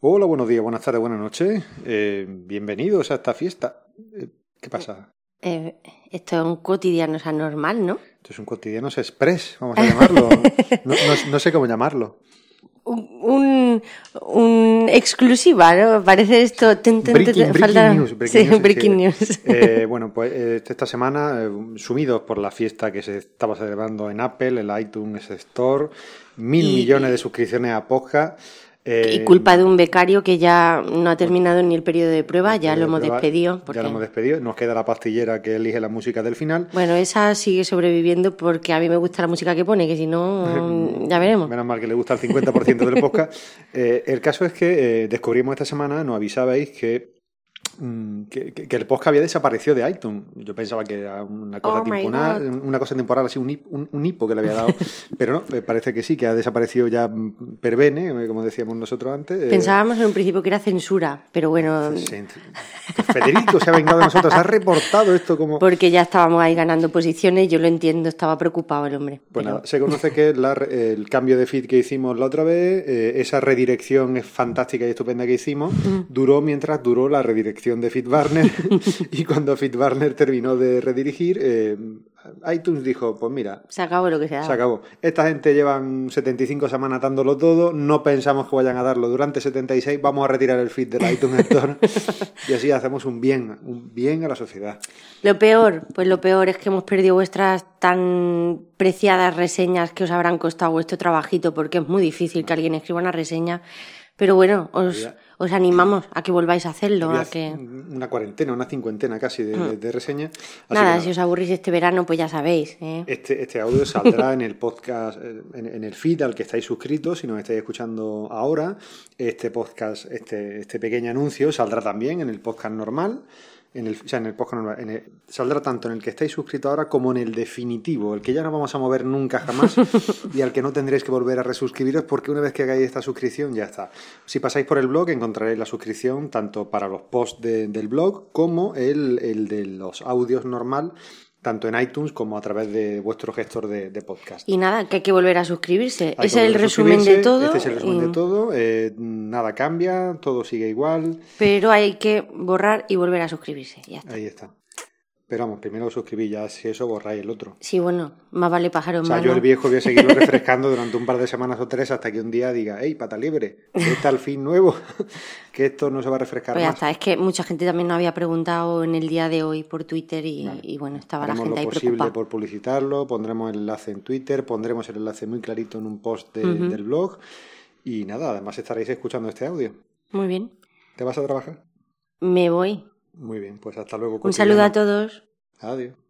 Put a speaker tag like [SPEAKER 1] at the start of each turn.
[SPEAKER 1] Hola, buenos días, buenas tardes, buenas noches. Eh, bienvenidos a esta fiesta. Eh, ¿Qué pasa?
[SPEAKER 2] Eh, esto es un cotidiano, o sea, normal, ¿no?
[SPEAKER 1] Esto es un cotidiano express, vamos a llamarlo. No, no- no sé cómo llamarlo.
[SPEAKER 2] Un, un, un exclusiva, ¿no? Parece esto... ten, ten, ten,
[SPEAKER 1] Breaking,
[SPEAKER 2] ten,
[SPEAKER 1] breaking
[SPEAKER 2] falta-
[SPEAKER 1] news.
[SPEAKER 2] sí,
[SPEAKER 1] es
[SPEAKER 2] breaking
[SPEAKER 1] que,
[SPEAKER 2] news.
[SPEAKER 1] eh, bueno, pues eh, esta semana, eh, sumidos por la fiesta que se estaba celebrando en Apple, en la iTunes Store, mil
[SPEAKER 2] Y-
[SPEAKER 1] millones de suscripciones a podcast. eh,
[SPEAKER 2] y culpa de un becario que ya no ha terminado ni el periodo de prueba, ya lo hemos
[SPEAKER 1] prueba,
[SPEAKER 2] despedido. porque-
[SPEAKER 1] Ya lo hemos despedido. Nos queda la pastillera que elige la música del final.
[SPEAKER 2] Bueno, esa sigue sobreviviendo porque a mí me gusta la música que pone, que si no, ya veremos.
[SPEAKER 1] Menos mal que le gusta el 50% del podcast. Eh, el caso es que eh, descubrimos esta semana, nos avisabais que, mm, que, que- que el podcast había desaparecido de iTunes. Yo pensaba que era una cosa,
[SPEAKER 2] Oh my
[SPEAKER 1] temporal, una cosa temporal, así un, hip- un, un hipo que le había dado. Pero no, eh, parece que sí, que ha desaparecido ya mm, per bene, eh, como decíamos nosotros antes. Eh,
[SPEAKER 2] Pensábamos en un principio que era censura, pero bueno,
[SPEAKER 1] se- que Federico se ha vengado de nosotros, ha reportado esto como...
[SPEAKER 2] porque ya estábamos ahí ganando posiciones, yo lo entiendo, estaba preocupado el hombre.
[SPEAKER 1] Pues
[SPEAKER 2] pero-
[SPEAKER 1] nada, se conoce que la re- el cambio de feed que hicimos la otra vez, eh, esa redirección es fantástica y estupenda que hicimos,
[SPEAKER 2] Mm.
[SPEAKER 1] duró mientras duró la redirección de FeedBurner y cuando FeedBurner terminó de redirigir, eh, iTunes dijo, pues mira,
[SPEAKER 2] se acabó lo que se daba.
[SPEAKER 1] se acabó. Esta gente llevan 75 semanas dándolo todo, no pensamos que vayan a darlo durante 76, vamos a retirar el feed de la iTunes Store y así hacemos un bien, un bien a la sociedad.
[SPEAKER 2] Lo peor, pues lo peor es que hemos perdido vuestras tan preciadas reseñas que os habrán costado vuestro trabajito, porque es muy difícil que alguien escriba una reseña. Pero bueno, os,
[SPEAKER 1] Había-
[SPEAKER 2] os animamos a que volváis a hacerlo, a
[SPEAKER 1] Había
[SPEAKER 2] que... Mm.
[SPEAKER 1] Una cuarentena, una cincuentena casi de, de- de reseñas. Así que
[SPEAKER 2] Nada, si os aburrís este verano, pues ya sabéis. ¿eh?
[SPEAKER 1] Este, este audio saldrá en el podcast, eh, en, en el feed al que estáis suscritos, si nos estáis escuchando ahora. Este podcast, este, este pequeño anuncio saldrá también en el podcast normal. En el, o sea, en el podcast normal. en el- saldrá tanto en el que estáis suscritos ahora como en el definitivo, el que ya no vamos a mover nunca jamás y al que no tendréis que volver a resuscribiros porque una vez que hagáis esta suscripción ya está. Si pasáis por el blog encontraréis la suscripción tanto para los posts de- del blog como el, el de los audios normal tanto en iTunes como a través de vuestro gestor de, de podcast.
[SPEAKER 2] Y nada, que hay que volver a suscribirse.
[SPEAKER 1] Hay que
[SPEAKER 2] Ese es el
[SPEAKER 1] volver a
[SPEAKER 2] resumen de
[SPEAKER 1] suscribirse,
[SPEAKER 2] todo.
[SPEAKER 1] Este es el resumen
[SPEAKER 2] y-
[SPEAKER 1] de todo. eh, nada cambia, todo sigue igual.
[SPEAKER 2] Pero hay que borrar y volver a suscribirse. Ya está.
[SPEAKER 1] Ahí está. Pero vamos, primero suscribí, ya si eso borráis el otro.
[SPEAKER 2] Sí, bueno, más vale pájaro
[SPEAKER 1] O
[SPEAKER 2] en
[SPEAKER 1] sea,
[SPEAKER 2] mano.
[SPEAKER 1] yo el viejo voy a seguirlo refrescando durante un par de semanas o tres hasta que un día diga, hey, pata libre, que está el fin nuevo, que esto no se va a refrescar
[SPEAKER 2] Pues ya
[SPEAKER 1] más.
[SPEAKER 2] está, es que mucha gente también nos había preguntado en el día de hoy por Twitter y, y bueno, estaba la
[SPEAKER 1] Haremos
[SPEAKER 2] gente ahí
[SPEAKER 1] lo posible
[SPEAKER 2] preocupada.
[SPEAKER 1] por publicitarlo, pondremos el enlace en Twitter, pondremos el enlace muy clarito en un post de- del blog. Y nada, además estaréis escuchando este audio.
[SPEAKER 2] Muy bien,
[SPEAKER 1] ¿Te vas a trabajar?
[SPEAKER 2] me voy.
[SPEAKER 1] Muy bien, pues hasta luego.
[SPEAKER 2] Un saludo a
[SPEAKER 1] cotidiano.
[SPEAKER 2] todos.
[SPEAKER 1] Adiós.